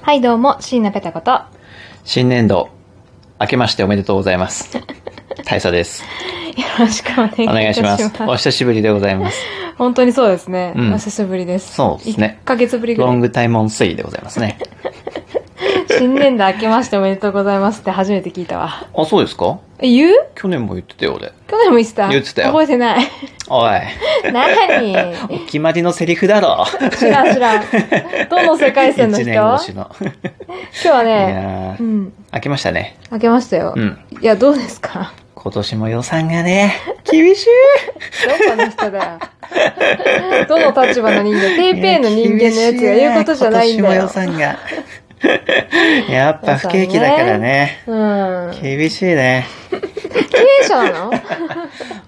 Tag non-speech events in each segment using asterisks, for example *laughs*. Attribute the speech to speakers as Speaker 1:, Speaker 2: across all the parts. Speaker 1: はい、どうも、椎名ペタこと。
Speaker 2: 新年度、明けましておめでとうございます。大佐で
Speaker 1: *laughs*
Speaker 2: す。
Speaker 1: よろしくお願いいたし
Speaker 2: お願いしま。
Speaker 1: ますす。
Speaker 2: お久しぶりでございます。
Speaker 1: *laughs* 本当にそうですね。
Speaker 2: うん
Speaker 1: お久しぶりです。
Speaker 2: そうですね
Speaker 1: 1ヶ月ぶりぐ
Speaker 2: ロ
Speaker 1: ら
Speaker 2: ン
Speaker 1: い。
Speaker 2: グタイムオンスリーでございま
Speaker 1: *laughs*
Speaker 2: すね。
Speaker 1: 新年度明けましておめでとうございますって初めて聞いたわ。
Speaker 2: あ、そうですか
Speaker 1: え言う
Speaker 2: 去年も言ってたよ、俺。
Speaker 1: 去年も言ってた
Speaker 2: 言ってたよ
Speaker 1: 覚えてない。 *laughs*
Speaker 2: おい、
Speaker 1: 何違う
Speaker 2: お決まりのセリフ
Speaker 1: *laughs*
Speaker 2: だろ。
Speaker 1: 違う。どの世界線の人
Speaker 2: 一
Speaker 1: 今
Speaker 2: 年越しの。
Speaker 1: 日はいね、
Speaker 2: や
Speaker 1: う
Speaker 2: ー
Speaker 1: ん、
Speaker 2: 明けましたね。
Speaker 1: 明けましたよ。
Speaker 2: うん。
Speaker 1: いや、どうですか
Speaker 2: 今年も予算がね、厳しい。
Speaker 1: どこの人だよ。 *laughs* どの立場の人間、テイペイの人間のやつが言うことじゃないんだよ
Speaker 2: 厳。しいね今年も
Speaker 1: *laughs*
Speaker 2: 予算が。やっぱ不景気だからね。
Speaker 1: うん。経
Speaker 2: 厳しいね。
Speaker 1: 営者なの。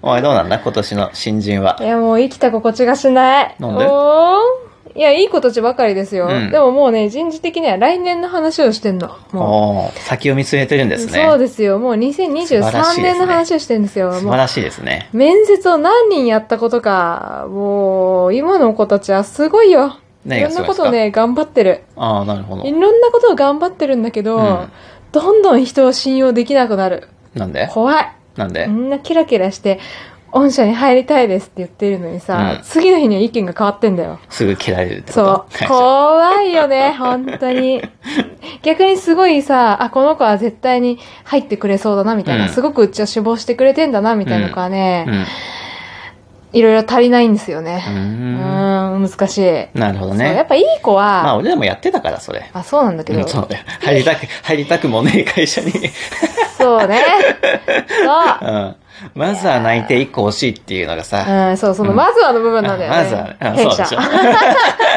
Speaker 2: おい、どうなんだ今年の新人はい
Speaker 1: や、もう生きた心地がしない。
Speaker 2: なんで
Speaker 1: おーいや、いい子たちばかりですよ、
Speaker 2: うん
Speaker 1: でももうね、人事的には来年の話をしてんの。も
Speaker 2: おー先を見据えてるん
Speaker 1: う。
Speaker 2: ですね。
Speaker 1: そうですよ。もう2023年の話をしてるんですよ。
Speaker 2: 素
Speaker 1: も
Speaker 2: 晴
Speaker 1: う
Speaker 2: らしいですね。
Speaker 1: 面接を何人やったことか、もう、今の子たちはすごいよ。い
Speaker 2: 何
Speaker 1: ろ
Speaker 2: が
Speaker 1: ん
Speaker 2: すご
Speaker 1: ないこ
Speaker 2: です
Speaker 1: と
Speaker 2: か
Speaker 1: をね、頑張ってる。
Speaker 2: ああ、なるほ
Speaker 1: い
Speaker 2: ど。
Speaker 1: ろんなことを頑張ってるんだけど、
Speaker 2: うん
Speaker 1: どんどん人を信用できなくなる。
Speaker 2: なんで
Speaker 1: 怖い。
Speaker 2: なんで
Speaker 1: みんなキラキラして、御社に入りたいですって言ってるのにさ、
Speaker 2: うん
Speaker 1: 次の日には意見が変わってんだよ。
Speaker 2: すぐ切られるってこと
Speaker 1: そう。
Speaker 2: 会社
Speaker 1: 怖いよね、本当
Speaker 2: *laughs*
Speaker 1: に。逆にすごいさ、あ、この子は絶対に入ってくれそうだな、みたいな。
Speaker 2: うん
Speaker 1: すごくうちは志望してくれてんだな、みたいなのがね、
Speaker 2: うん。う
Speaker 1: いろいろ足りないんですよね。う
Speaker 2: ーん。
Speaker 1: ーん、難しい。
Speaker 2: なるほど
Speaker 1: そうやっ
Speaker 2: ね。
Speaker 1: ぱいい子は、
Speaker 2: まあ、俺らもやってたから、それ。
Speaker 1: あ、そうなんだけ
Speaker 2: う
Speaker 1: ど。
Speaker 2: ん *laughs* そうだよ。入りたく、入りたくもねえ会社に。
Speaker 1: そう
Speaker 2: *laughs*
Speaker 1: ね。
Speaker 2: う
Speaker 1: そ
Speaker 2: ん。まずは内定1個欲しいっていうのが
Speaker 1: う。
Speaker 2: さ。
Speaker 1: うん、そう、その、
Speaker 2: うん
Speaker 1: まずはの部分なんだよね。
Speaker 2: まずはね、うん
Speaker 1: 弊
Speaker 2: そうで
Speaker 1: 社
Speaker 2: しょ。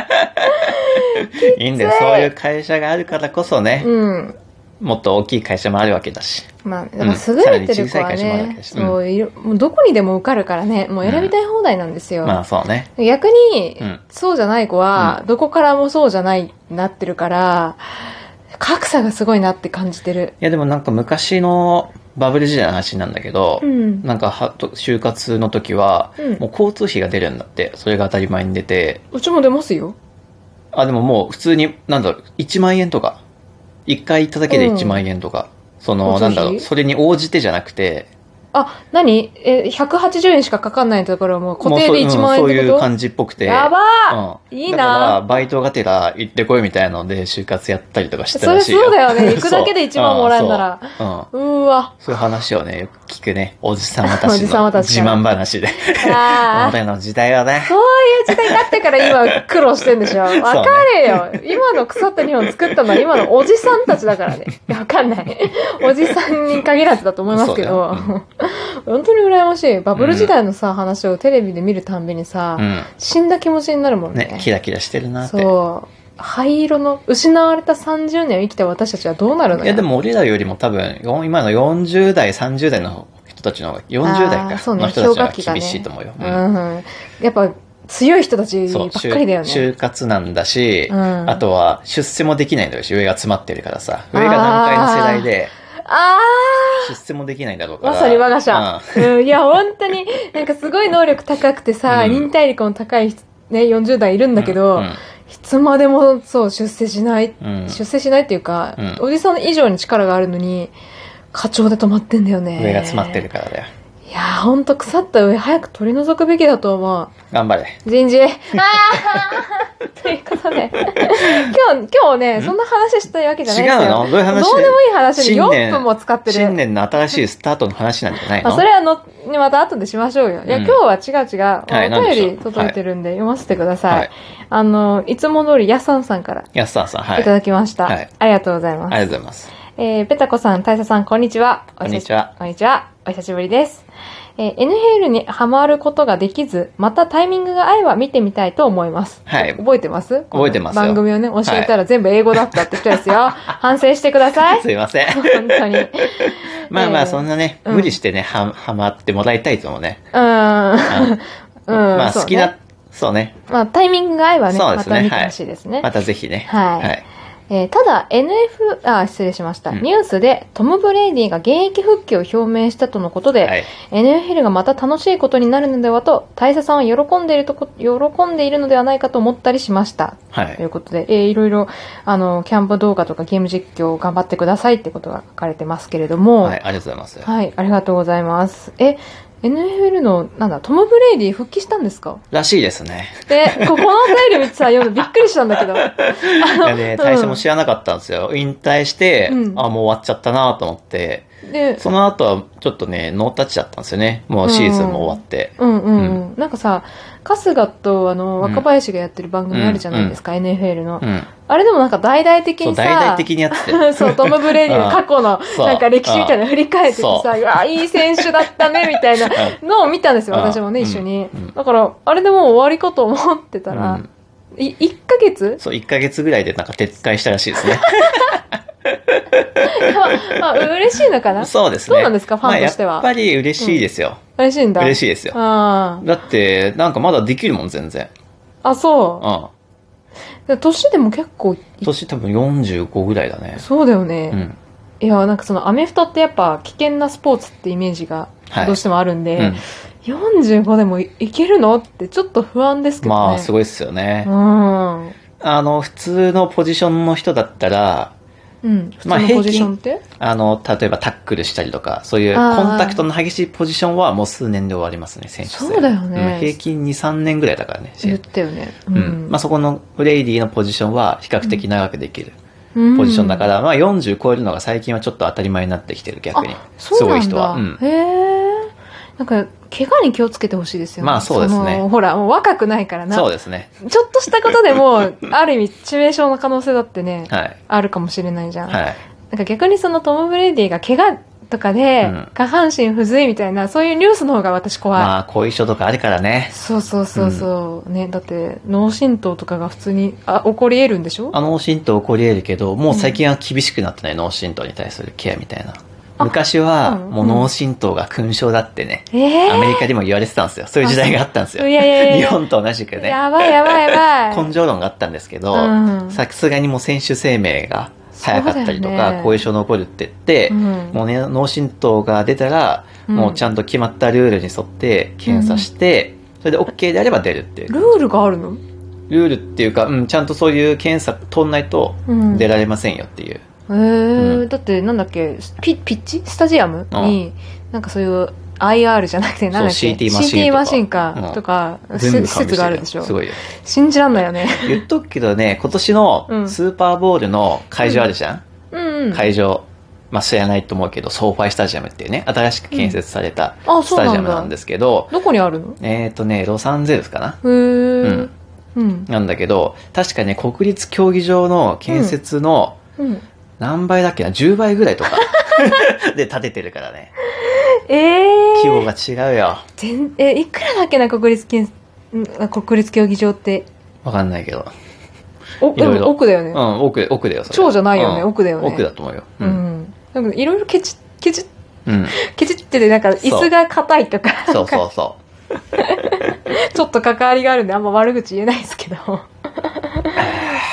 Speaker 1: *laughs*
Speaker 2: いいんだよ。そういう会社があるからこそね、
Speaker 1: うん。
Speaker 2: もっと大きい会社もあるわけだし。
Speaker 1: まあ、だから優れてる子は
Speaker 2: さらに小さい会社もあるわけ
Speaker 1: ね、
Speaker 2: だしうん
Speaker 1: そういろもうどこにでも受かるからね、もう選びたい放題なんですよ。
Speaker 2: まあ、そうね。
Speaker 1: 逆に、
Speaker 2: うん
Speaker 1: そうじゃない子は、どこからもそうじゃない、なってるから、格差がすごいなって感じてる。
Speaker 2: いや、でもなんか昔のバブル時代の話なんだけど、
Speaker 1: うん。
Speaker 2: なんかは、と就活の時は、
Speaker 1: うん
Speaker 2: もう交通費が出るんだって、それが当たり前に出て、
Speaker 1: うちも出ますよ。
Speaker 2: あ、でももう普通に、なんだろう、1万円とか、1回行っただけで1万円とか、その、
Speaker 1: 交通
Speaker 2: な
Speaker 1: 費
Speaker 2: んだろう、それに応じてじゃなくて、
Speaker 1: あ、何え、180円しかかかんないところはもう固定で
Speaker 2: もう
Speaker 1: 1
Speaker 2: そう
Speaker 1: 万
Speaker 2: うん
Speaker 1: 円っ
Speaker 2: そう
Speaker 1: て
Speaker 2: い
Speaker 1: こと、
Speaker 2: う感じっぽくて、
Speaker 1: やばー、
Speaker 2: うん
Speaker 1: いい
Speaker 2: だから、
Speaker 1: な
Speaker 2: バイトがてら行ってこいみたいので、就活やったりとかしてた
Speaker 1: そ
Speaker 2: ら
Speaker 1: れ
Speaker 2: しいよ。
Speaker 1: そうだよね。行くだけで1万もらえ
Speaker 2: る
Speaker 1: んなら。。
Speaker 2: そうう
Speaker 1: う
Speaker 2: ん。
Speaker 1: ー
Speaker 2: *laughs*
Speaker 1: わ。
Speaker 2: そういう話をね、よく聞くね、おじさまたち
Speaker 1: おじさま
Speaker 2: の
Speaker 1: たち
Speaker 2: 自
Speaker 1: から
Speaker 2: 慢話で。
Speaker 1: あー
Speaker 2: 俺の時代はね、
Speaker 1: そういう時代になってから今苦労してんでしょ。わかれよ。今の腐った日本作ったのは今のおじさんたちだからね。いやわかんない。おじさんに限らずだと思いますけど。
Speaker 2: そうだ
Speaker 1: 本当に羨ましい。バブル時代のさ、話をテレビで見るたんびにさ、
Speaker 2: うん。
Speaker 1: 死んだ気持ちになるもんね。
Speaker 2: ね、キラキラしてるなって。
Speaker 1: そう。灰色の、失われた30年を生きた私たちはどうなるのよ
Speaker 2: いやでも俺らよりも多分よ今の40代30代の人たちの方が40代
Speaker 1: あー
Speaker 2: か
Speaker 1: そうね
Speaker 2: の人た
Speaker 1: 氷
Speaker 2: ち
Speaker 1: 河期が
Speaker 2: が
Speaker 1: ね
Speaker 2: 厳しいと思うよ、
Speaker 1: う
Speaker 2: うん
Speaker 1: ん。やっぱ強い人たち
Speaker 2: そ
Speaker 1: ば
Speaker 2: う
Speaker 1: っかりだよ
Speaker 2: 就
Speaker 1: ね。
Speaker 2: 就活なんだし、
Speaker 1: うん
Speaker 2: あとは出世もできないんだろうし上が詰まってるからさ上が段階の世代で
Speaker 1: あー
Speaker 2: 出世もできないだろうから
Speaker 1: まさに我が
Speaker 2: うん
Speaker 1: 社。うん、いや、本当に、なんかすごい能力高くてさ、
Speaker 2: うん
Speaker 1: 忍耐力も高い人、ね、40代いるんだけど、
Speaker 2: うん
Speaker 1: いつまでもそう、出世しない、
Speaker 2: うん
Speaker 1: 出世しないっていうか、
Speaker 2: うん
Speaker 1: おじさん以上に力があるのに、課長で止まってんだよね。
Speaker 2: 上が詰まってる。からだよ
Speaker 1: いやー、ほんと腐った上、早く取り除くべきだと思う。
Speaker 2: 頑張れ
Speaker 1: 人
Speaker 2: *laughs*
Speaker 1: 事。あーということで、 *laughs* 今日、今日ね、そんな話したいわけじゃないんですよ。
Speaker 2: 違うのどういう話
Speaker 1: どうでもいい話で
Speaker 2: 新年
Speaker 1: 4分も使ってる。
Speaker 2: 新年の新しいスタートの話なんじゃないの
Speaker 1: まあ、それはの、ねまた後でしましょうよ。いや、
Speaker 2: うん
Speaker 1: 今日は違う違う。
Speaker 2: い
Speaker 1: お
Speaker 2: 何
Speaker 1: 便
Speaker 2: でし
Speaker 1: り
Speaker 2: ょう
Speaker 1: 届いてるんで、読ませてください。
Speaker 2: はい
Speaker 1: あの、いつも通り、やさんさんから
Speaker 2: 安田さんはい
Speaker 1: いただきました。
Speaker 2: はい
Speaker 1: ありがとうございます。
Speaker 2: ありがとうございます
Speaker 1: えー、ペタコさん、大佐さん、こんにちは。お久し
Speaker 2: こんにちは
Speaker 1: こんにちは。お久しぶりです。えー、NHL にハマることができず、またタイミングが合えば見てみたいと思います。
Speaker 2: はい
Speaker 1: 覚えてます
Speaker 2: 覚えてますよ
Speaker 1: 番組をね、教えたら全部英語だったって人ですよ。反省してくださ
Speaker 2: *laughs*
Speaker 1: い。
Speaker 2: すい
Speaker 1: *laughs*
Speaker 2: ません
Speaker 1: 本当に。
Speaker 2: まあま
Speaker 1: えー
Speaker 2: あそんなね、
Speaker 1: うん
Speaker 2: 無理してねははまってもらいたいと思うね
Speaker 1: うーん。うん
Speaker 2: まあ
Speaker 1: そうね
Speaker 2: 好きな、そうね。
Speaker 1: まあ、タイミングが合えばね、
Speaker 2: そう
Speaker 1: ま
Speaker 2: ですね
Speaker 1: た見てほしいですね。
Speaker 2: またぜひね。
Speaker 1: はい
Speaker 2: はい。
Speaker 1: えーただ NF、あ、失礼しました、
Speaker 2: うん
Speaker 1: ニュースでトム・ブレイディが現役復帰を表明したとのことで、
Speaker 2: はい。
Speaker 1: NFL がまた楽しいことになるのではと、大佐さんは喜んでいるとこ、喜んでいるのではないかと思ったりしました。
Speaker 2: は
Speaker 1: と
Speaker 2: い。
Speaker 1: いうことで、えーいろいろ、あの、キャンプ動画とかゲーム実況を頑張ってくださいってことが書かれてますけれども、
Speaker 2: はい、ありがとうございます。
Speaker 1: はい、ありがとうございます。え、NFL の、なんだ、トム・ブレイディ復帰したんですから
Speaker 2: しいで
Speaker 1: *laughs*
Speaker 2: すね。
Speaker 1: で、ここのお便り見てさ、読んでびっくりしたんだけど。
Speaker 2: いやね、大しても
Speaker 1: し、
Speaker 2: 知らなかったんですよ。引退して、
Speaker 1: うん
Speaker 2: あ、もう終わっちゃったなと思って、
Speaker 1: で、
Speaker 2: その後はちょっとね、ノータッチだったんですよね。もうシーズンも終わって。
Speaker 1: うんうん、うん、なんかさ、春日とあの、若林がやってる番組あるじゃないですか、NFL の
Speaker 2: う。ん。
Speaker 1: あれでもなんか大々的
Speaker 2: そう、
Speaker 1: にさ、
Speaker 2: 大々的にやってて。
Speaker 1: *laughs* そう、トム・ブレイディの過去の、
Speaker 2: *laughs* そう
Speaker 1: なんか歴史みたいなの振り返ってて
Speaker 2: そ
Speaker 1: さ、うわ、いい選手だった
Speaker 2: *laughs*
Speaker 1: ね、みたいなのを見たんですよ、
Speaker 2: うん
Speaker 1: 私もね、一緒に
Speaker 2: うんうん。
Speaker 1: だから、あれでもう終わりかと思ってた
Speaker 2: う
Speaker 1: ら
Speaker 2: ん、
Speaker 1: い、1ヶ月 *laughs*
Speaker 2: そう、1ヶ月ぐらいでなんか撤回したらしいですね。
Speaker 1: まあ、嬉しいのかな
Speaker 2: *laughs* そうですね。
Speaker 1: どうなんですかファンとしては
Speaker 2: まあやっぱり嬉しいですよ。
Speaker 1: 嬉しいんだ。
Speaker 2: 嬉し
Speaker 1: い。
Speaker 2: いですよ。
Speaker 1: あ
Speaker 2: だって、なんかまだできるもん、全然。
Speaker 1: あ。あ、そう
Speaker 2: う
Speaker 1: で。
Speaker 2: ん。
Speaker 1: 年でも結構い、
Speaker 2: 年多分45ぐらいだね。
Speaker 1: そうだよ
Speaker 2: う
Speaker 1: ね。
Speaker 2: ん。
Speaker 1: いや、なんかその、アメフトってやっぱ危険なスポーツってイメージが
Speaker 2: はい。
Speaker 1: どうしてもあるんで、
Speaker 2: うん
Speaker 1: 45でもいいけるのってちょっと不安ですけどね。
Speaker 2: まあ、すごいですよね。
Speaker 1: うん。
Speaker 2: あの、普通のポジションの人だったら、
Speaker 1: うん。普通
Speaker 2: まあ
Speaker 1: のポジションって、
Speaker 2: あの、例えばタックルしたりとか、そういうコ
Speaker 1: あー
Speaker 2: ンタクトの激しいポジションはもう数年で終わりますね、選手生
Speaker 1: そうだよね
Speaker 2: ん平均2、3年ぐらいだからね。
Speaker 1: 言ったよね。う
Speaker 2: うん。まあ、そこのブレイディのポジションは比較的長くできるポジションだから、まあ40超えるのが最近はちょっと当たり前になってきてる、逆に
Speaker 1: あ。
Speaker 2: す
Speaker 1: そう
Speaker 2: ご
Speaker 1: ないん
Speaker 2: 人
Speaker 1: だ。
Speaker 2: は。うん。
Speaker 1: へえ。なんか、怪我に気をつけてほしいですよね。
Speaker 2: まあそうですね
Speaker 1: のほら、もう若くないからな。
Speaker 2: そうですね。
Speaker 1: ちょっとしたことで
Speaker 2: *laughs*
Speaker 1: も、ある意味、致命傷の可能性だってね、
Speaker 2: はい。
Speaker 1: あるかもしれないじゃん。
Speaker 2: はい。
Speaker 1: なんか逆にそのトム・ブレイディが怪我とかで、
Speaker 2: うん
Speaker 1: 下半身不随みたいな、そういうニュースの方が私怖い。
Speaker 2: まあ、後遺症とかあるからね。
Speaker 1: そうそうそうそう。ね、だって、脳震盪とかが普通に、あ、起こり得るんでしょ
Speaker 2: あ脳震盪起こり得るけど、もう最近は厳しくなってない、脳震盪に対するケアみたいな。
Speaker 1: あ
Speaker 2: 昔は、
Speaker 1: うん
Speaker 2: もう脳震盪が勲章だってね、
Speaker 1: ええ
Speaker 2: アメリカでも言われてたんですよ。そういう時代があったんですよ。
Speaker 1: いやいやい
Speaker 2: 日
Speaker 1: や。
Speaker 2: 本と同じくね、
Speaker 1: やばいやばいやばい。
Speaker 2: 根性論があったんですけど
Speaker 1: う、ん
Speaker 2: さすがにもう選手生命が早かったりと
Speaker 1: そうだよ
Speaker 2: か、
Speaker 1: ね
Speaker 2: 後遺症残るって言って、
Speaker 1: うん
Speaker 2: もうね、脳震盪が出たら、
Speaker 1: うん
Speaker 2: もうちゃんと決まったルールに沿って検査して、それで OK であれば出るっていう。
Speaker 1: ルールがあるの
Speaker 2: ルールっていうか、うん、ちゃんとそういう検査通んないと
Speaker 1: うん
Speaker 2: 出られませんよっていう。
Speaker 1: えー
Speaker 2: うん
Speaker 1: だってなんだっけピピッチスタジアムになんかそういう IR じゃなくてなんだっけ
Speaker 2: そう CT マシンとか
Speaker 1: CT マシンかとか、施
Speaker 2: 全部
Speaker 1: 設施設があるでしょ
Speaker 2: すごいよ。
Speaker 1: 信じらんないよね
Speaker 2: 言っとくけどね、今年
Speaker 1: う
Speaker 2: の
Speaker 1: ん
Speaker 2: スーパーボールの会場あるじゃん、
Speaker 1: うん、うん、
Speaker 2: 会場。まあ、知らないと思うけど、ソーファイスタジアムっていうね、新しく建設された
Speaker 1: うんあ
Speaker 2: ス
Speaker 1: そうなんだ
Speaker 2: タジアムなんですけど、
Speaker 1: どこにあるの
Speaker 2: えっ、とね、ロサンゼルスかな
Speaker 1: へーうん
Speaker 2: なんだけど、確かね、国立競技場の建設の
Speaker 1: うん
Speaker 2: 何倍だっけな、10倍ぐらいとか *laughs* で建ててるからね。
Speaker 1: え
Speaker 2: 規模
Speaker 1: え
Speaker 2: が違うよ。
Speaker 1: 全えいくらだっけな国立県んあ国立競技場って
Speaker 2: わかんないけど。
Speaker 1: お
Speaker 2: いろいろ
Speaker 1: でも奥だよ
Speaker 2: う
Speaker 1: ね
Speaker 2: ん、奥、奥だよ、それ。
Speaker 1: 超じゃないよね
Speaker 2: うん
Speaker 1: 奥だよね
Speaker 2: 奥だと思うよ。
Speaker 1: う
Speaker 2: うんん。、
Speaker 1: なんかいろいろケチケチ
Speaker 2: うん。
Speaker 1: ケチっててなんか椅子が硬いとか
Speaker 2: そうそうそ
Speaker 1: ちょっと関わりがあるんであんま悪口言えないです
Speaker 2: *laughs*
Speaker 1: けど。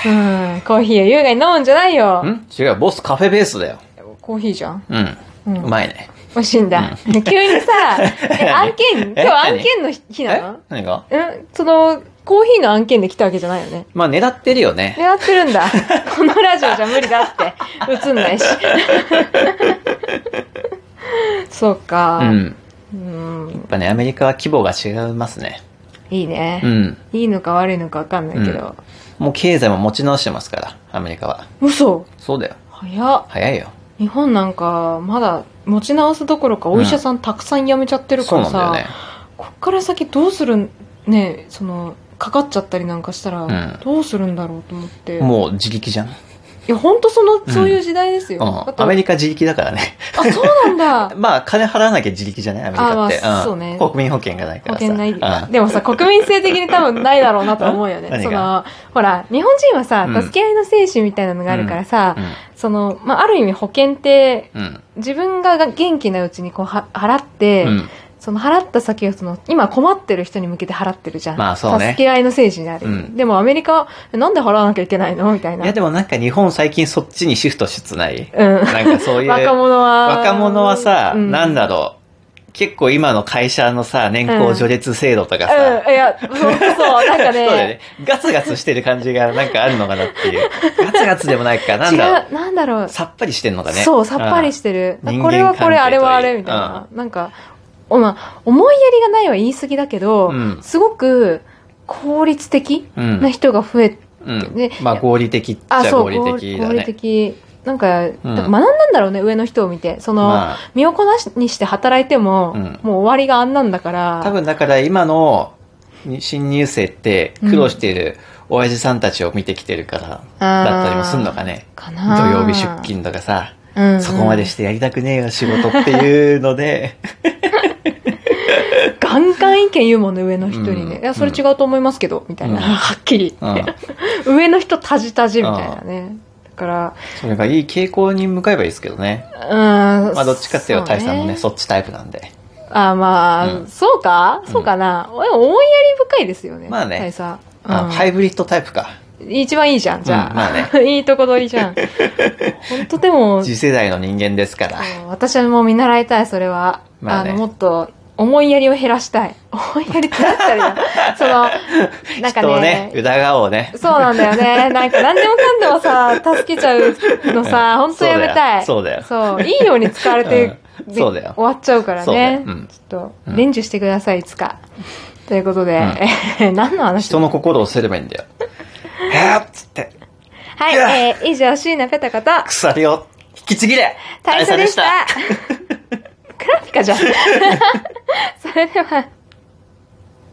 Speaker 1: うん、コーヒーを優雅に飲むんじゃないよ
Speaker 2: う。。ん違う、ボスカフェベースだよ。
Speaker 1: コーヒーじゃん。
Speaker 2: うん。
Speaker 1: う、
Speaker 2: うんまいね。
Speaker 1: 美味しいんだ。急に
Speaker 2: *laughs*
Speaker 1: さ、え、案件、今日案件の日
Speaker 2: え
Speaker 1: な
Speaker 2: 何が
Speaker 1: のうんその、コーヒーの案件で来たわけじゃないよね。
Speaker 2: まあ、狙ってるよね。
Speaker 1: 狙ってるんだ。このラジオじゃ無理だって。映んないし。 *laughs* そう
Speaker 2: う
Speaker 1: か。
Speaker 2: ん。
Speaker 1: うん。
Speaker 2: やっぱね、アメリカは規模が違いますね。
Speaker 1: いいね
Speaker 2: う。ん。
Speaker 1: いいのか悪いのかわかんないけど。
Speaker 2: もう経済も持ち直してますから、アメリカは。
Speaker 1: 嘘
Speaker 2: そうだよ。
Speaker 1: 早っ。
Speaker 2: 早いよ。
Speaker 1: 日本なんかまだ持ち直すどころかお医者さんたくさん辞めちゃってるか
Speaker 2: そう
Speaker 1: ら
Speaker 2: なん
Speaker 1: さ
Speaker 2: だ、よね。
Speaker 1: こっから先どうするんねそのかかっちゃったりなんかした
Speaker 2: ん
Speaker 1: らどうするんだろうと思って、い
Speaker 2: もう自力じゃん。うん。
Speaker 1: や本当その
Speaker 2: うん
Speaker 1: そういう時代ですよ、だって
Speaker 2: アメリカ自力だからね。
Speaker 1: あそうなん
Speaker 2: *laughs*
Speaker 1: だ
Speaker 2: まあ、金払わなきゃ自力じゃないアメリカって。
Speaker 1: あまあ
Speaker 2: ん
Speaker 1: そうね
Speaker 2: 国民保険がないか
Speaker 1: 保
Speaker 2: らさ。
Speaker 1: 険ない、
Speaker 2: うん
Speaker 1: でもさ国民性的に多分ないだろうなと思うよね
Speaker 2: *laughs* 何
Speaker 1: そ
Speaker 2: が
Speaker 1: のほら日本人はさ、
Speaker 2: うん
Speaker 1: 助け合いの精神みたいなのがあるからさ、その、まあ、ある意味保険って
Speaker 2: うん。
Speaker 1: 自分が元気なうちにこうは払って、
Speaker 2: うん。うん。
Speaker 1: その払った先がその、今困ってる人に向けて払ってるじゃん。
Speaker 2: まあそうね
Speaker 1: 助け合いの政治になる。
Speaker 2: うん
Speaker 1: でもアメリカ、なんで払わなきゃいけないのみたいな。
Speaker 2: *laughs* いやでもなんか日本最近そっちにシフトしつない。
Speaker 1: うん
Speaker 2: なんかそういう。
Speaker 1: 若者は。
Speaker 2: 若者はさ、
Speaker 1: うん
Speaker 2: なんだろう。結構今の会社のさ、年功序列制度とかさ、
Speaker 1: うん、いや、そうそう、なんか
Speaker 2: *laughs* そうだよ
Speaker 1: ね
Speaker 2: ね、。ガツガツしてる感じがなんかあるのかなっていう。ガツガツでもないか、なんだろ
Speaker 1: 違う、なんだろう
Speaker 2: う。。さっぱりしてんのかね。。
Speaker 1: そう、さっぱりしててる。
Speaker 2: うん
Speaker 1: これはこれ、
Speaker 2: 人間関係という
Speaker 1: あれはあれ、みたいな。なんか、おま、思いやりがないは言い過ぎだけど、
Speaker 2: うん
Speaker 1: すごく効率的
Speaker 2: うん
Speaker 1: な人が増えて、
Speaker 2: うん。
Speaker 1: ね
Speaker 2: まあ合理的っち
Speaker 1: あ、
Speaker 2: ゃ
Speaker 1: そう、
Speaker 2: 合
Speaker 1: 合
Speaker 2: 理的だ
Speaker 1: 合理
Speaker 2: ね。
Speaker 1: 的。なんか、
Speaker 2: ん
Speaker 1: だから学んだんだろうね、上の人を見て。その、
Speaker 2: まあ
Speaker 1: 身をこなしにして働いても、
Speaker 2: うん
Speaker 1: もう終わりがあんなんだから。
Speaker 2: 多分だから今の新入生って苦労している親父さんたちを見てきてるから、だったりもすんのかね。
Speaker 1: か
Speaker 2: 土
Speaker 1: な
Speaker 2: 曜日出、勤とかさ、
Speaker 1: うんうん
Speaker 2: そこまでしてやりたくねえよ仕事っていう
Speaker 1: *laughs*
Speaker 2: ので、
Speaker 1: ガンガン意見言うもんね、上の人にね。
Speaker 2: うん
Speaker 1: いや、それ違うと思いますけど、みたいな。
Speaker 2: う
Speaker 1: *laughs*
Speaker 2: ん
Speaker 1: はっきり
Speaker 2: う
Speaker 1: 言って
Speaker 2: ん。
Speaker 1: 上の人タジタジみたいなね。だから、
Speaker 2: それがいい傾向に向かえばいいですけどね。
Speaker 1: うーん。
Speaker 2: まあどっちかっていうと大さんもね、
Speaker 1: そう
Speaker 2: そっちタイプなんで。
Speaker 1: あ、まあ、
Speaker 2: うん
Speaker 1: そうかそうかな、でも思いやり深いですよね。
Speaker 2: まあね
Speaker 1: 大佐。
Speaker 2: あ
Speaker 1: うん
Speaker 2: ハイブリッドタイプか。
Speaker 1: 一番いいじゃん、じゃあ。
Speaker 2: うんまあ
Speaker 1: *laughs* いいとこ取りじ
Speaker 2: *laughs*
Speaker 1: ゃん。本当でも、
Speaker 2: 次世代の人間ですから。
Speaker 1: そう私はもう見習いたい、それは。
Speaker 2: まあね
Speaker 1: の、もっと、思いやりを減らしたい。 *laughs* 思いやりってなったりな。その、なんか
Speaker 2: *laughs* 人を
Speaker 1: ね
Speaker 2: ね、、疑おうね。
Speaker 1: そうなんだよ
Speaker 2: *laughs*
Speaker 1: ね。なんか何でもかんでもさ、助けちゃうのさ、本当やめたい。
Speaker 2: そうだよ
Speaker 1: そう。いいように使われて、
Speaker 2: うんそうだよ
Speaker 1: 終わっちゃうから
Speaker 2: そうだよ
Speaker 1: ね。
Speaker 2: うん
Speaker 1: ちょっ
Speaker 2: う
Speaker 1: と、
Speaker 2: ん
Speaker 1: 伝授してください、いつか。ということで、 *laughs* 何の話
Speaker 2: 人の心をせればいいんだよ。えーっつって、
Speaker 1: はい、えー、以上、椎名ペタカと、
Speaker 2: 鎖を引きちぎれ
Speaker 1: 大佐でした
Speaker 2: *laughs* 大佐。 *laughs*
Speaker 1: クラピカじゃん。それでは。